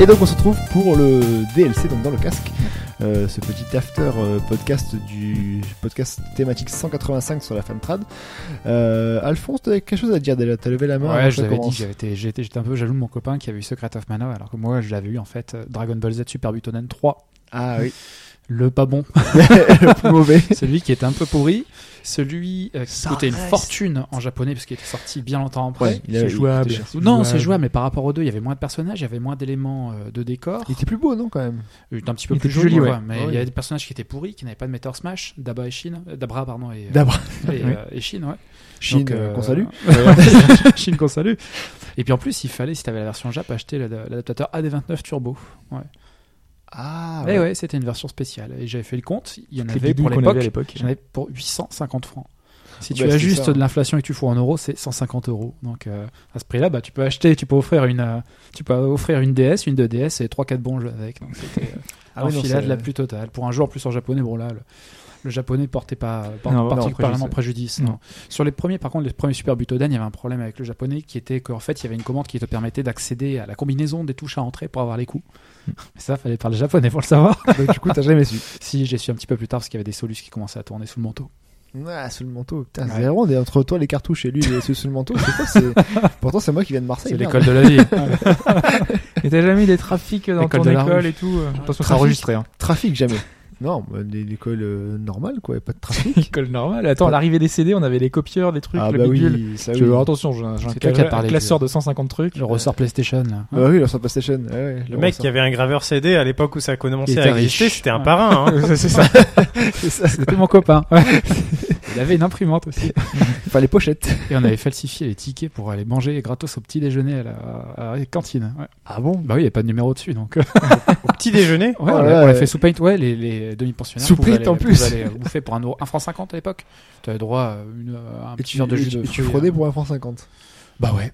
Et donc on se retrouve pour le DLC, donc dans le casque, euh, ce petit after euh, podcast du podcast thématique 185 sur la fan trad. Euh, Alphonse, t'avais quelque chose à dire déjà, t'as levé la main. avant Ouais, que je ça l'avais dit, commence. j'avais été- j'étais j'étais un peu jaloux de mon copain qui avait eu Secret of Mana, alors que moi je l'avais eu en fait euh, Dragon Ball Z Super Butonen 3, Ah oui, le pas bon, le plus mauvais. celui qui était un peu pourri, celui euh, qui Ça coûtait une reste. fortune en japonais parce qu'il était sorti bien longtemps après. Ouais, il a- il- il était cher. Non, c'est jouable, mais par rapport aux deux, il y avait moins de personnages, il y avait moins d'éléments euh, de décor. Il était plus beau, non, quand même Il était un petit peu il plus était joli, joli, quoi, ouais. mais Ouais. il y avait des personnages qui étaient pourris, qui n'avaient pas de Meteor Smash, Dabra et Shin, euh, Dabra, pardon, et, euh, D'abord, et, euh, et Shin, ouais. Chine, Donc, euh, qu'on salue. Chine qu'on salue. Et puis en plus, il fallait, si t'avais la version Jap, acheter l'ad- l'adaptateur AD29 Turbo. Ah et Eh ouais, c'était une version spéciale. Et j'avais fait le compte, il y en Les avait pour bidouilles qu'on avait à l'époque, l'époque. j'en avais pour 850 francs. Si Bah, tu c'était ajustes ça. de l'inflation et que tu fous en euros, c'est 150 euros. Donc euh, à ce prix-là, bah, tu peux acheter, tu peux offrir une, euh, tu peux offrir une DS, une 2DS et 3-4 bons jeux avec. Donc c'était euh, Ah oui, non, l'enfilade c'est- la plus totale. Pour un jour en plus en japonais, bon là, le, le japonais portait pas portait Non, non, particulièrement préjudice. préjudice. Non. non. Sur les premiers, par contre, les premiers Super Butoden, il y avait un problème avec le japonais qui était qu'en fait, il y avait une commande qui te permettait d'accéder à la combinaison des touches à entrer pour avoir les coups. Mais ça, fallait parler japonais pour le savoir. Donc, du coup, t'as jamais su. si, j'ai su un petit peu plus tard parce qu'il y avait des solus qui commençaient à tourner sous le manteau. Ah, sous le manteau. Putain, Ouais. c'est vraiment des- entre toi les cartouches et lui les sous sous le manteau. C'est quoi c'est- Pourtant, c'est moi qui viens de Marseille. C'est merde. l'école de la vie. Et t'as jamais eu des trafics dans L'école ton de la école rue. et tout euh, Attention, c'est Trafic. enregistré. Hein. Trafic, jamais. Non, bah, des- l'école euh, normale, quoi, et pas de trafic. École normale. Attends, à l'arrivée des CD, on avait les copieurs, des trucs, ah, le bah bidule. oui, ça Je- oui. Attention, j'ai un, j'ai un C'est toi qui as cla- parlé un du- classeur de 150 trucs. Le ressort PlayStation, là. Bah oui, là, sur PlayStation. ouais, ouais, Le là, mec on qui avait un graveur CD à l'époque où ça Il commençait était à exister, riche. c'était un Ouais. parrain. hein. C'est ça. C'était mon copain. Il avait une imprimante aussi. sort. Enfin, les pochettes. Et on avait falsifié les tickets pour aller manger gratos au petit déjeuner à la, à la cantine. Ouais. Ah bon Bah oui, il n'y a pas de numéro dessus, donc. Au petit déjeuner, Ouais, Oh on, là l'a- là, on l'a ouais. fait sous paint, ouais, les, les demi-pensionnaires. Sous pouvaient paint, en aller- plus. pouvaient aller bouffer pour un euro- 1,50 franc à l'époque. Tu avais droit à une, à un Et petit tu, verre de et jus tu- de et tu fruits, fraudais euh. pour un franc cinquante. Bah ouais.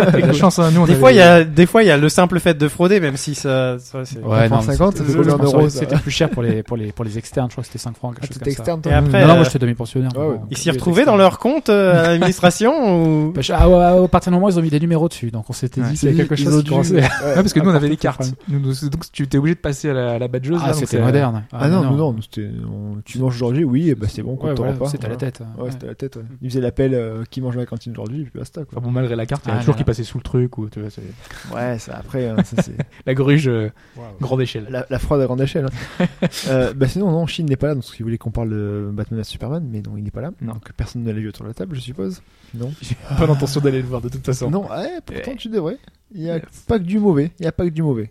Avec la chance, hein, nous, on des avait- fois il y a des fois il y a le simple fait de frauder, même si ça, ça, c'est- Ouais, non, mais 1,50, c'était- c'est combien en c'était- euros, ça C'était plus cher pour les, pour les, pour les externes, je crois que c'était 5 francs, Ah, quelque chose t'étais comme ça. externe, Et toi après, non, non, euh, moi j'étais demi-pensionnaire. ouais, ouais. bon. ils s'y retrouvaient dans leur compte euh, à l'administration ou Bah, je- ah, ouais, Au partir du moment où ils ont mis des numéros dessus, donc on s'était Ouais, dit qu'il y Ils- avait quelque ils chose ont qui dû- commençait. ouais. Ouais, parce que nous on avait des Putain. cartes. Nous, nous- donc tu étais obligé de passer à la, la badgeuse. là, Ah, donc c'était c'est- euh, moderne. Ah non, non, non, c'était- on- tu manges aujourd'hui, oui, et bah c'est bon, Ouais, quoi, t'auras voilà, pas. C'était à la Voilà. tête. Ouais, ouais. c'était à la tête, ouais. Ils faisaient l'appel euh, qui mange à la cantine aujourd'hui, et puis basta, quoi. Enfin, bon, malgré la carte, il y Ah, a toujours là, qui là. passait sous le truc. Ou, tu vois, c'est- Ouais, ça, après, hein, ça, c'est la gruge, euh, grande échelle. la, la fraude à grande échelle. hein. Euh, bah sinon, non, Chine n'est pas là, donc il voulait qu'on parle de Batman à Superman, mais non, il n'est pas là. Non. Donc personne ne l'a vu autour de la table, je suppose. Non. Pas l'intention d'aller le voir de toute façon. Non, ouais, pourtant Eh. tu devrais. Il n'y a Yes. pas que du mauvais. Il n'y a pas que du mauvais.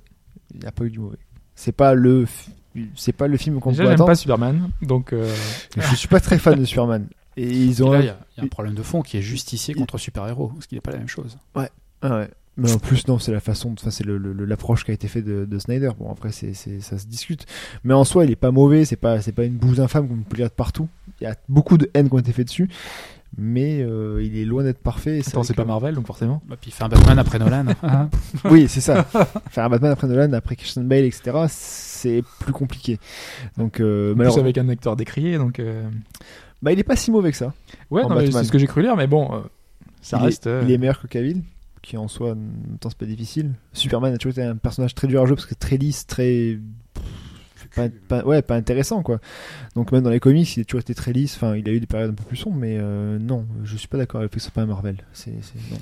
Il n'y a pas que du mauvais. C'est pas le, fi- c'est pas le film qu'on Déjà, peut j'aime attendre. pas Superman, donc euh, Je suis pas très fan de Superman. Et ils Et ont. là, un- il y, a- il y a un problème de fond qui est justicier contre super-héros, ce qui n'est pas la même chose. Ah ouais. Mais en plus, non, c'est la façon, de- enfin, c'est le- le- le- l'approche qui a été faite de, de Snyder. Bon, après, c'est, c'est- ça se discute. Mais en soi, il est pas mauvais, c'est pas, c'est pas une bouse infâme qu'on peut lire de partout. Il y a beaucoup de haine qui ont été faites dessus. Mais euh, il est loin d'être parfait. et attends, vrai c'est que- pas Marvel, donc forcément. Et Bah, puis il fait un Batman après Nolan. hein. Oui, c'est ça. Faire un Batman après Nolan, après Christian Bale, etc., c'est plus compliqué. Donc, euh, En plus, malheureusement- avec un acteur décrié, donc euh, Bah, il est pas si mauvais que ça. ouais, En non, mais Batman. c'est ce que j'ai cru lire, mais bon, euh, ça il, reste. est, euh, il est meilleur que Cavill, qui en soi, en même temps, c'est pas difficile. Superman a toujours été un personnage très dur à jouer parce que très lisse, très. Pas, pas- ouais, pas intéressant quoi. Donc, même dans les comics, il a toujours été très lisse. Enfin, il a eu des périodes un peu plus sombres, mais euh, non, je suis pas d'accord avec le fait que ce soit pas un Marvel. C'est, c'est- non.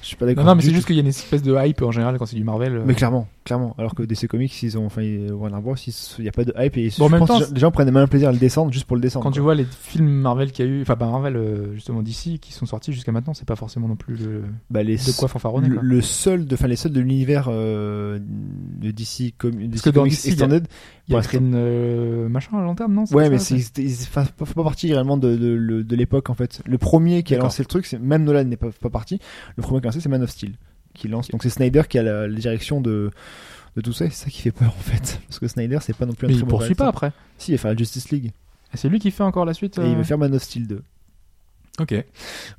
Je suis pas d'accord. Non, non, mais du c'est juste tout. qu'il y a une espèce de hype en général quand c'est du Marvel. euh, Mais clairement, clairement. Alors que DC Comics, ils ont. Enfin, ils- Warner Bros, ils se- il n'y a pas de hype. Et je Bon, en même pense temps, que les gens prennent même un plaisir à le descendre juste pour le descendre. Quand tu quoi. vois les films Marvel qu'il y a eu, enfin pas Marvel euh, justement d'ici qui sont sortis jusqu'à maintenant, c'est pas forcément non plus le- Bah, les de quoi fanfaronner. le, quoi. le seul de enfin les seuls de l'univers euh, de DC comme DC que dans Comics DC, il y a- Extended Il y a pour Green euh, machin à lanterne, non ouais pas mais ça, c'est c'est- ils font pas- font pas partie réellement de, de, le- de l'époque en fait le premier qui a D'accord. lancé le truc c'est même Nolan n'est pas, pas parti le premier qui a lancé c'est Man of Steel qui lance donc c'est Snyder qui a la, la direction de de tout ça et c'est ça qui fait peur en fait parce que Snyder c'est pas non plus un Mais très il bon poursuit pas réalisateur. après. si il va faire la Justice League C'est lui qui fait encore la suite. et il euh, va faire Man of Steel 2 Ok.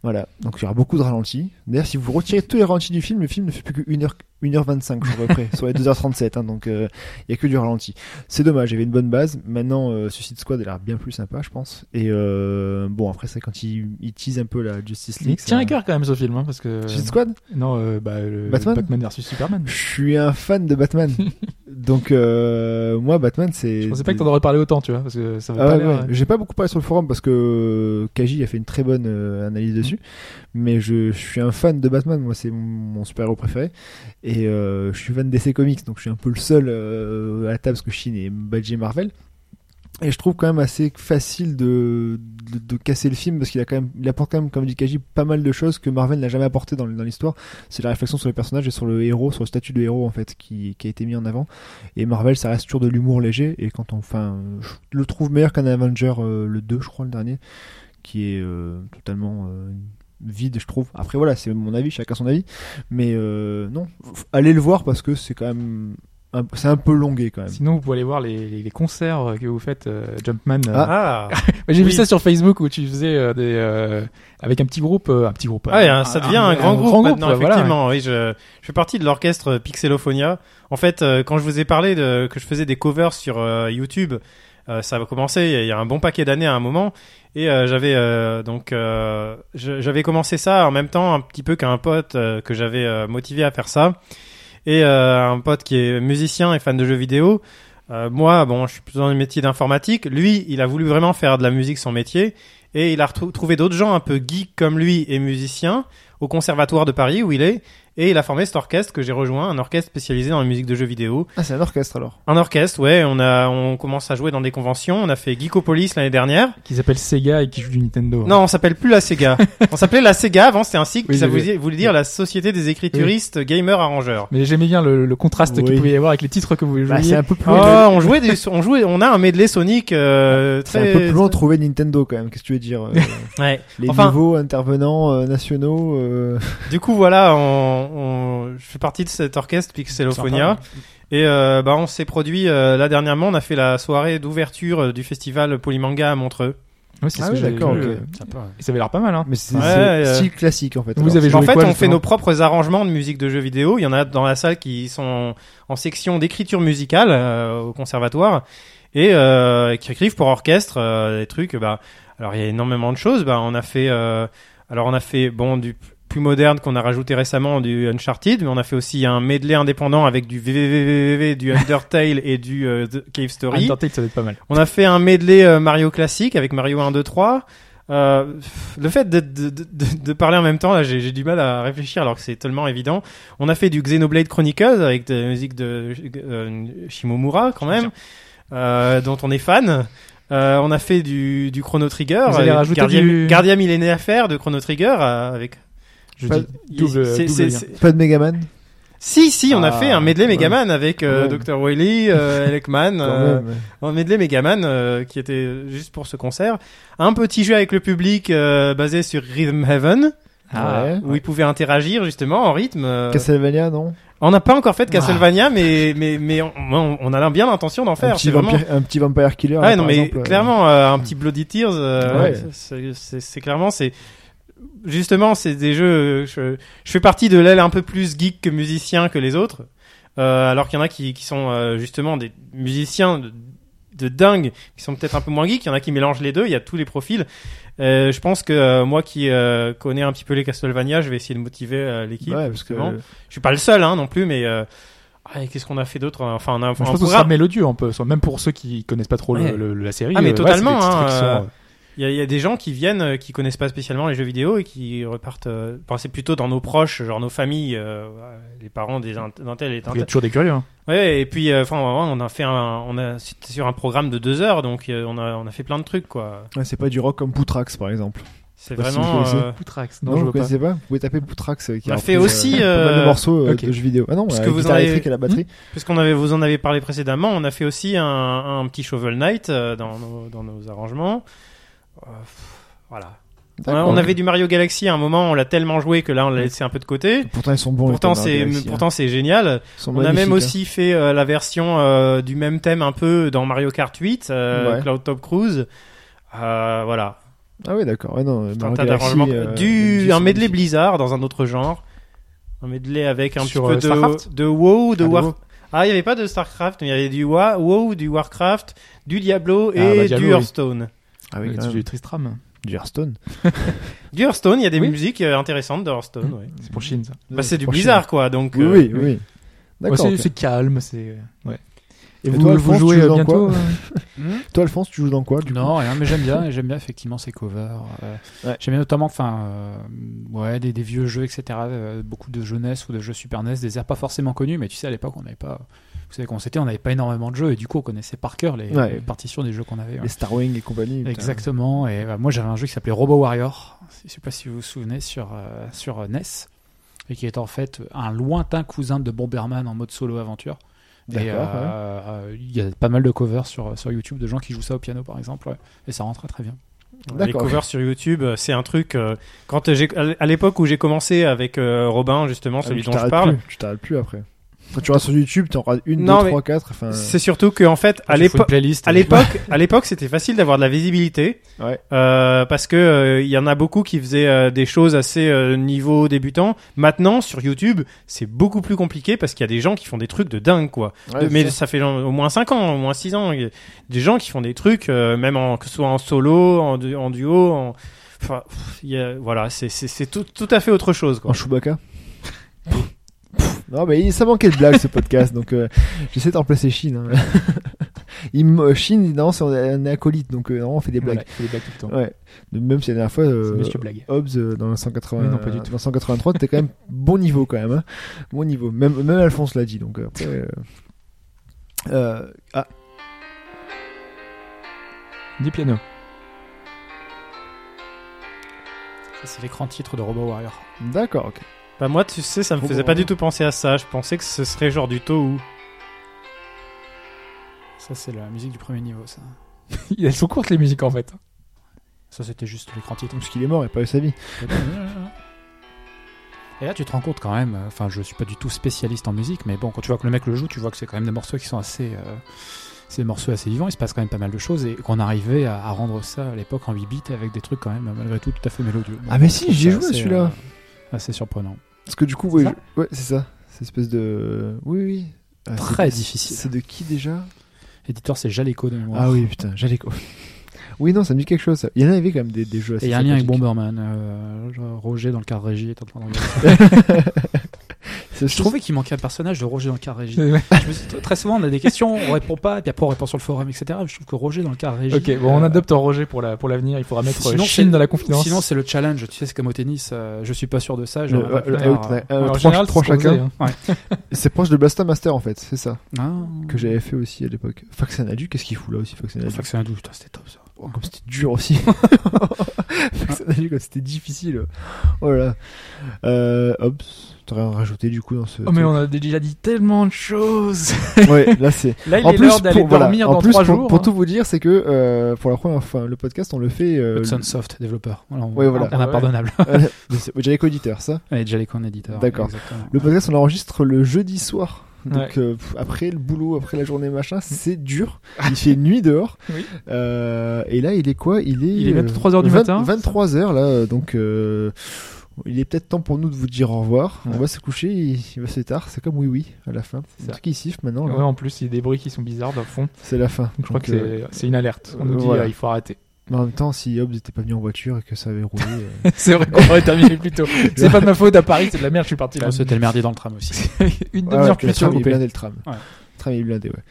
Voilà, donc il y aura beaucoup de ralentis. D'ailleurs, si vous retirez tous les ralentis du film, le film ne fait plus que 1h, 1h25, je crois, à peu près, sur les 2h37. hein, donc euh, il y a que du ralenti. C'est dommage, il y avait une bonne base. Maintenant, euh, Suicide Squad a l'air bien plus sympa, je pense. Et euh, bon, après, ça, quand il, il tease un peu la Justice Il League. tient ça- à cœur quand même ce film, hein, parce que. Suicide Squad Non, euh, bah, le Batman Batman versus Superman. Je suis un fan de Batman. donc euh, moi, Batman, c'est. Je pensais pas que t'en aurais parlé autant, tu vois, parce que ça va Ah pas ouais, l'air, ouais. hein. J'ai pas beaucoup parlé sur le forum parce que Kaji a fait une très bonne euh, analyse Mm. dessus, mais je, je suis un fan de Batman, moi c'est mon, mon super-héros préféré, et euh, je suis fan d'essais comics, donc je suis un peu le seul euh, à la table parce que Shin est badgé Marvel. Et je trouve quand même assez facile de, de, de casser le film parce qu'il a quand même, il apporte quand même, comme dit Kaji, pas mal de choses que Marvel n'a jamais apporté dans, dans l'histoire. C'est la réflexion sur les personnages et sur le héros, sur le statut de héros en fait, qui, qui a été mis en avant. Et Marvel, ça reste toujours de l'humour léger. Et quand on, enfin, je le trouve meilleur qu'un Avenger, euh, le 2, je crois, le dernier, qui est euh, totalement euh, vide, je trouve. Après, voilà, c'est mon avis, chacun son avis. Mais euh, non, f- allez le voir parce que c'est quand même, un- c'est un peu longué quand même. euh, Sinon, vous pouvez aller voir les, les- les concerts que vous faites, euh, Jumpman. euh. Ah, Ouais, J'ai vu oui. ça sur Facebook où tu faisais euh, des euh, avec un petit groupe, euh, un petit groupe. Ah, et un- euh, ça devient un, grand groupe maintenant, ouais, voilà. effectivement. Oui, je, je fais partie de l'orchestre Pixelophonia. En fait, euh, quand je vous ai parlé de, que je faisais des covers sur euh, YouTube, euh, ça a commencé il y a- il y a un bon paquet d'années à un moment. Et euh, j'avais euh, donc euh, je- j'avais commencé ça en même temps un petit peu qu'un pote euh, que j'avais euh, motivé à faire ça et euh, un pote qui est musicien et fan de jeux vidéo. Euh, moi, bon, je suis plutôt dans le métier d'informatique. Lui, il a voulu vraiment faire de la musique son métier et il a retrou- trouvé d'autres gens un peu geeks comme lui et musiciens au conservatoire de Paris où il est et il a formé cet orchestre que j'ai rejoint, un orchestre spécialisé dans la musique de jeux vidéo. Ah, c'est un orchestre alors. Un orchestre, ouais, on a, on commence à jouer dans des conventions. On a fait Geekopolis l'année dernière. Qui s'appelle Sega et qui joue du Nintendo. Non, on s'appelle plus la Sega. on s'appelait la Sega avant, c'était un sigle Oui, qui ça j'ai voulait vu. dire- voulait dire la Société des écrituristes gamers arrangeurs. Mais j'aimais bien le, le contraste Oui. qu'il pouvait y avoir avec les titres que vous jouiez. Ah Bah, c'est un peu plus, Oh, long, on jouait des, on jouait, on a un medley Sonic euh, c'est très. un peu plus long de trouver Nintendo quand même. Qu'est-ce que tu veux dire euh, Ouais. Les Enfin- niveaux intervenants euh, nationaux. euh, Du coup, voilà, on, on- je fais partie de cet orchestre Pixelophonia. Sympa, Et euh, bah, on s'est produit, euh, là dernièrement, on a fait la soirée d'ouverture euh, du festival Polymanga à Montreux. Ouais, c'est Ah ce oui, que j'ai d'accord, vu, ok. euh, ouais. Sympa, ouais. Et ça avait l'air pas mal. Hein. Mais c'est Ouais, c'est euh, style classique en fait. Vous alors. avez joué en fait, quoi, on fait justement nos propres arrangements de musique de jeux vidéo. Il y en a dans la salle qui sont en section d'écriture musicale euh, au conservatoire et euh, qui écrivent pour orchestre euh, des trucs. Bah, alors il y a énormément de choses. Bah, on a fait, euh, alors on a fait bon du p- plus moderne qu'on a rajouté récemment du Uncharted, mais on a fait aussi un medley indépendant avec du VVVVV, du Undertale et du euh, The Cave Story. Undertale, ça doit être pas mal. On a fait un medley euh, Mario classique avec Mario 1, 2, 3. Euh, pff, le fait de, de, de, de- de parler en même temps, là, j'ai j'ai du mal à réfléchir alors que c'est tellement évident. On a fait du Xenoblade Chronicles avec de la musique de euh, Shimomura quand même, euh, dont on est fan. Euh, on a fait du, du Chrono Trigger, Vous allez euh, rajouter Guardian, du- Guardian Millenniaire de Chrono Trigger euh, avec. Je Pas- dis double, euh, C'est- double c'est- lien. c'est- Pas de Megaman. Si si, on a Ah, fait un medley ouais. Megaman avec euh, Ouais. Dr Wily, euh, Elecman, quand euh, même. un medley Megaman euh, qui était juste pour ce concert. Un petit jeu avec le public euh, basé sur Rhythm Heaven Ah, Ouais. où ils pouvaient interagir justement en rythme. euh. Castlevania, non On n'a pas encore fait de Castlevania, mais mais mais on, on- on a l'im- bien l'intention d'en Ah. un faire. petit, C'est vraiment. vampire, un petit Vampire Killer. Ah là, non par mais exemple, euh, clairement euh, un petit Bloody Tears. euh, Ouais. ouais, c'est- c'est c'est clairement c'est justement c'est des jeux. euh, Je, je fais partie de l'aile un peu plus geek que musicien que les autres, euh, alors qu'il y en a qui qui sont euh, justement des musiciens de, de dingue qui sont peut-être un peu moins geeks. Il y en a qui mélangent les deux. Il y a tous les profils. Euh, je pense que euh, moi qui euh, connais un petit peu les Castlevania, je vais essayer de motiver euh, l'équipe. Ouais, parce que justement. Je suis pas le seul hein, non plus, mais euh, ah, et qu'est-ce qu'on a fait d'autre Enfin, on a Moi, je on pense que ce pourra- sera mélodieux un peu, soit- même pour ceux qui connaissent pas trop le- Ouais. le- le- la série. Ah, mais euh, ouais, totalement, c'est des petits trucs qui hein, sont, euh, euh, Il y, a- il y a des gens qui viennent, euh, qui connaissent pas spécialement les jeux vidéo et qui repartent. Euh, enfin, c'est plutôt dans nos proches, genre nos familles, euh, les parents des un- d'un tel et d'un Il y a tel. toujours des curieux. hein. Ouais, et puis, euh, enfin, ouais, on a fait un, on a c'était sur un programme de deux heures, donc euh, on a, on a fait plein de trucs, quoi. ouais, c'est pas du rock comme Poutrax par exemple. C'est Bah, si vous vraiment. connaissez. euh, Poutrax, Non, non, je vous vois pas. connaissez pas. Vous pouvez taper Poutrax euh, qui On a repris, fait aussi, pas mal euh, de morceaux euh, ok. de jeux vidéo. Ah non, Parce la que vous en guitare avez- Hmm. électrique et la batterie. Puisqu'on avait, vous en avez parlé précédemment, on a fait aussi un, un petit Shovel Knight euh, dans, nos, dans nos arrangements. Euh, pff, voilà. On, a- D'accord. on avait du Mario Galaxy à un moment, on l'a tellement joué que là on l'a laissé un peu de côté. Pourtant ils sont bons. les Pourtant Thunder c'est Galaxy, hein. pourtant c'est génial. Ils sont On a hein. même magnifiques, aussi fait euh, la version euh, du même thème un peu dans Mario Kart 8, euh, Ouais. Cloud Top Cruise. Euh, voilà. Ah ouais, d'accord. Ouais, non, C'est un Mario tas Galaxy, d'arrangements. euh, du, MJ, un medley c'est- Blizzard dans un autre genre. Un medley avec un Sur, euh, petit peu Starcraft de, de WoW, de Ah, de War. WoW. Ah, il n'y avait pas de StarCraft, mais il y avait du Wa- WoW, du WarCraft, du Diablo et Ah, bah, du Diablo, oui. Hearthstone. Ah oui, Avec quand même. du Tristram. du Hearthstone. Du Hearthstone, il y a des Oui. Mmh. musiques euh, intéressantes de Hearthstone. ouais. C'est pour Chine, ça. Bah, c'est du Prochaine. Blizzard, quoi. Donc, Oui, euh, oui, oui. D'accord. Ouais, c'est- ok. C'est calme, c'est. Ouais. Et, Et vous, toi, vous Alphonse, tu jouez joues euh, dans bientôt quoi euh Hmm Toi, Alphonse, tu joues dans quoi du coup Non, rien, mais j'aime bien, et j'aime bien effectivement ces covers. euh, Ouais. J'aime bien notamment, enfin, euh, ouais, des, des vieux jeux, etc. euh, beaucoup de jeunesse ou de jeux Super NES, des airs pas forcément connus, mais tu sais, à l'époque, on n'avait pas, vous savez qu'on s'était, on n'avait pas énormément de jeux, et du coup, on connaissait par cœur les, Ouais. les partitions des jeux qu'on avait. ouais. Les hein. Starwing et compagnie. putain. Exactement. Et bah, moi, j'avais un jeu qui s'appelait Robo Warrior. Je sais pas si vous vous souvenez sur euh, sur euh, NES et qui est en fait un lointain cousin de Bomberman en mode solo aventure. Et D'accord, ouais. euh, il y a pas mal de covers sur sur YouTube de gens qui jouent ça au piano, par exemple. ouais. Et ça rentre très bien. Voilà, Les D'accord. covers sur YouTube, euh, c'est un truc. euh, quand j'ai à l'époque où j'ai commencé avec euh, Robin, justement, Ah, celui tu dont je t'arrêtes parle, plus, Tu t'arrêtes plus après. Quand tu vas sur YouTube, t'en auras une, Non, deux, mais trois, quatre. Enfin, c'est surtout que en fait, Ah, à Tu fous une l'époque, playlist. à l'époque, à l'époque, c'était facile d'avoir de la visibilité, Ouais. euh, parce que euh, il y en a beaucoup qui faisaient euh, des choses assez euh, niveau débutant. Maintenant, sur YouTube, c'est beaucoup plus compliqué parce qu'il y a des gens qui font des trucs de dingue, quoi. ouais, mais c'est ça. fait genre au moins 5 ans, au moins 6 ans. Il y a Des gens qui font des trucs, euh, même en, que ce soit en solo, en, du- en duo, en. Enfin, pff, il y a- voilà, c'est- c'est c'est tout, tout à fait autre chose. En Quoi. Chewbacca Non, mais il- ça manquait de blagues ce podcast, donc euh, j'essaie de remplacer Chine. hein. Il me- Chine, non, c'est un acolyte, donc euh, normalement on fait des Voilà, blagues. il fait des blagues tout le temps. Ouais. De Même si la dernière fois, C'est euh, Monsieur Blague. Hobbs euh, dans le 180, Mais non, pas du tout. dans 183, t'es quand même bon niveau quand même. hein. Bon niveau. Même, même Alphonse l'a dit, donc euh, après. euh, euh, ah, Du piano. Ça, C'est l'écran titre de Robo Warrior. d'accord, ok. Bah, moi, tu sais, ça me Bon, faisait bon, pas bon. du tout penser à ça. Je pensais que ce serait genre du Tohu. Ça, c'est la musique du premier niveau. Ça, Elles sont courtes les musiques en fait. ça c'était juste l'écran titre. Parce qu'il est mort, il a pas eu sa vie. Et là, tu te rends compte quand même, euh, enfin, je suis pas du tout spécialiste en musique, mais bon, quand tu vois que le mec le joue, tu vois que c'est quand même des morceaux qui sont assez. euh, c'est des morceaux assez vivants, il se passe quand même pas mal de choses, et qu'on arrivait à, à rendre ça à l'époque en 8 bits avec des trucs quand même, malgré tout, tout à fait mélodieux. Donc, Ah, mais si, je trouve j'y ai ça joué, assez, celui-là. euh, assez surprenant. Parce que du coup, C'est ouais, ça je- ouais, c'est ça. Cette espèce de. Oui, oui. Ah, c'est- Très difficile. C'est de qui déjà L'éditeur, c'est Jaleco de mémoire. Ah oui, putain, j'allais quoi. Oui, non, ça me dit quelque chose. ça. Il y en avait quand même des, des jeux Et assez. il y a un lien avec sympathiques. Bomberman. euh, genre Roger dans le car régie est en train de regarder. C'est- Je trouvais qu'il manquait un personnage de Roger dans le car régie. ok, Je me suis- très souvent, on a des questions, on répond pas, et puis après, on répond sur le forum, etc. Je trouve que Roger dans le car régie. bon, on euh, adopte en Roger pour la pour l'avenir. Il faudra mettre euh, Sinon, Chine c'est- dans la confidence. Sinon, c'est le challenge. Tu sais, c'est comme au tennis. euh, je suis pas sûr de ça. Le- j'en ai pas le- plus le- tard, euh. euh, Alors, en trois- général, trois c'est ce qu'on chacun. faisait, hein. C'est proche de Blastamaster en fait, c'est ça Ah. que j'avais fait aussi à l'époque. Faxanadu, qu'est-ce qu'il fout là aussi Faxanadu Enfin, que c'est un doux. Putain, C'était top ça. Oh, Comme c'était dur aussi. Faxanadu, comme c'était difficile. Oh là. là. Euh, hop, t'aurais rajouté du coup dans ce. Oh, mais on a déjà dit tellement de choses. Ouais, là c'est. Là, Ah, il en est plus, l'heure d'aller pour- voilà, dormir en dans plus, trois pour, jours. pour hein. tout vous dire, c'est que euh, pour la première fois, le podcast, on le fait. euh, Hudson Soft, développeur. Voilà, on- Ouais, voilà. Ah, on- Impardonnable. euh, c'est- J'avais qu'auditeur, ça. Et Jalecon, éditeur. D'accord. exactement. Le podcast, on l'enregistre le jeudi soir. Donc Ouais. Mm. euh, pff, après le boulot, après la journée machin, c'est dur. Il fait nuit dehors. Ah. Oui. Euh, et là, il est quoi Il est Il est euh, 23 heures du 20 matin. 23 heures là, euh, donc euh, il est peut-être temps pour nous de vous dire au revoir. On Ouais. va se coucher. Il, il va se tard. C'est comme oui oui à la fin. C'est C'est ça. truc qui siffle maintenant. là. Ouais, en plus, il y a des bruits qui sont bizarres dans le fond. C'est la fin. Donc, je crois euh, Donc, que euh, c'est- c'est une alerte. On euh, nous dit voilà. euh, il faut arrêter. mais en même temps, si Hobbs n'était pas venu en voiture et que ça avait roulé, euh, c'est vrai qu'on aurait terminé plus tôt. C'est pas de ma faute à Paris, c'est de la merde. Je suis parti là. Oh, C'était le merdier dans le tram aussi. Une Ouais, demi-heure puis le plus tram tôt. il est blindé le tram. Ouais. Le tram il est blindé, ouais.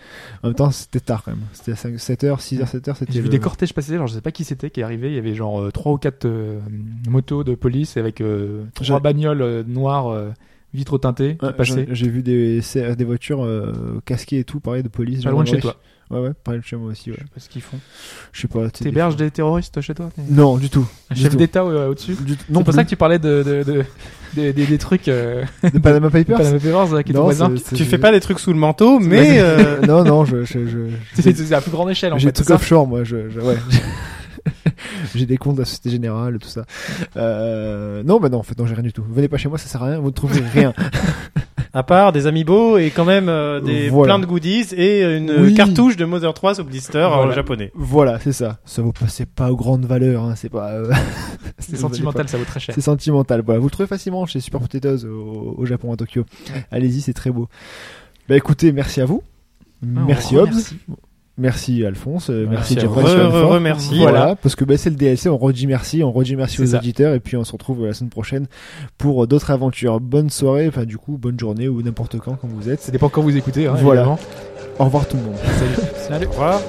En même temps, c'était tard quand même. C'était 7h, 6h, 7h, c'était. J'ai vu le- des cortèges passer, alors je sais pas qui c'était qui est arrivé. Il y avait genre euh, trois ou quatre euh, motos de police avec euh, trois Je- bagnoles euh, noires, euh, vitres teintées, Ouais, qui passaient. j'en- J'ai vu des, c'est- des voitures euh, casquées et tout, pareil, de police. Pas loin de chez toi. gendarmerie. Ouais, ouais, pareil de chez moi aussi, ouais. Je sais pas ce qu'ils font. Je sais pas. t'es T'héberges des terroristes chez toi T'es Non, du tout. Un du chef tout. d'État euh, au-dessus Du tout. C'est Non, pour ça que plus. tu parlais de, de, de- des- des- des trucs euh, De Panama de Papers Panama Papers euh, qui est ton Non, voisin. c'est- c'est- Tu fais pas des trucs sous le manteau, mais. euh, Euh, non, non, je. je, je- je- C'est c'est à plus grande échelle en J'ai fait. des trucs c'est ça offshore, moi. Je, je- ouais. j'ai des comptes de la Société Générale, tout ça. Euh, non, bah non, en fait, non, j'ai rien du tout. Venez pas chez moi, ça sert à rien, vous ne trouverez rien. à part des amiibo et quand même euh, des Voilà. plein de goodies et une Oui. cartouche de Mother 3 sous blister en Voilà. japonais. Voilà, c'est ça. Ça vaut pas, c'est pas aux grandes valeurs, hein, c'est pas. euh, vous C'est valez pas. sentimental, ça vaut très cher. C'est sentimental. Voilà, vous le trouvez facilement chez Super Potatoes au, au Japon à Tokyo. Allez-y, c'est très beau. Bah écoutez, merci à vous. Merci on Hobbs. remercie. Merci Alphonse. Euh, Merci Merci à Jeff vous. Price Re- sur re- Alphonse. remercie. Voilà, parce que bah, c'est le DLC, on redit merci, on redit merci C'est aux ça. auditeurs et puis on se retrouve euh, la semaine prochaine pour euh, d'autres aventures. Bonne soirée, enfin du coup bonne journée ou n'importe quand quand vous êtes. Ça dépend quand vous écoutez. hein, Voilà. évidemment. Au revoir tout le monde. Salut. Salut. Au revoir.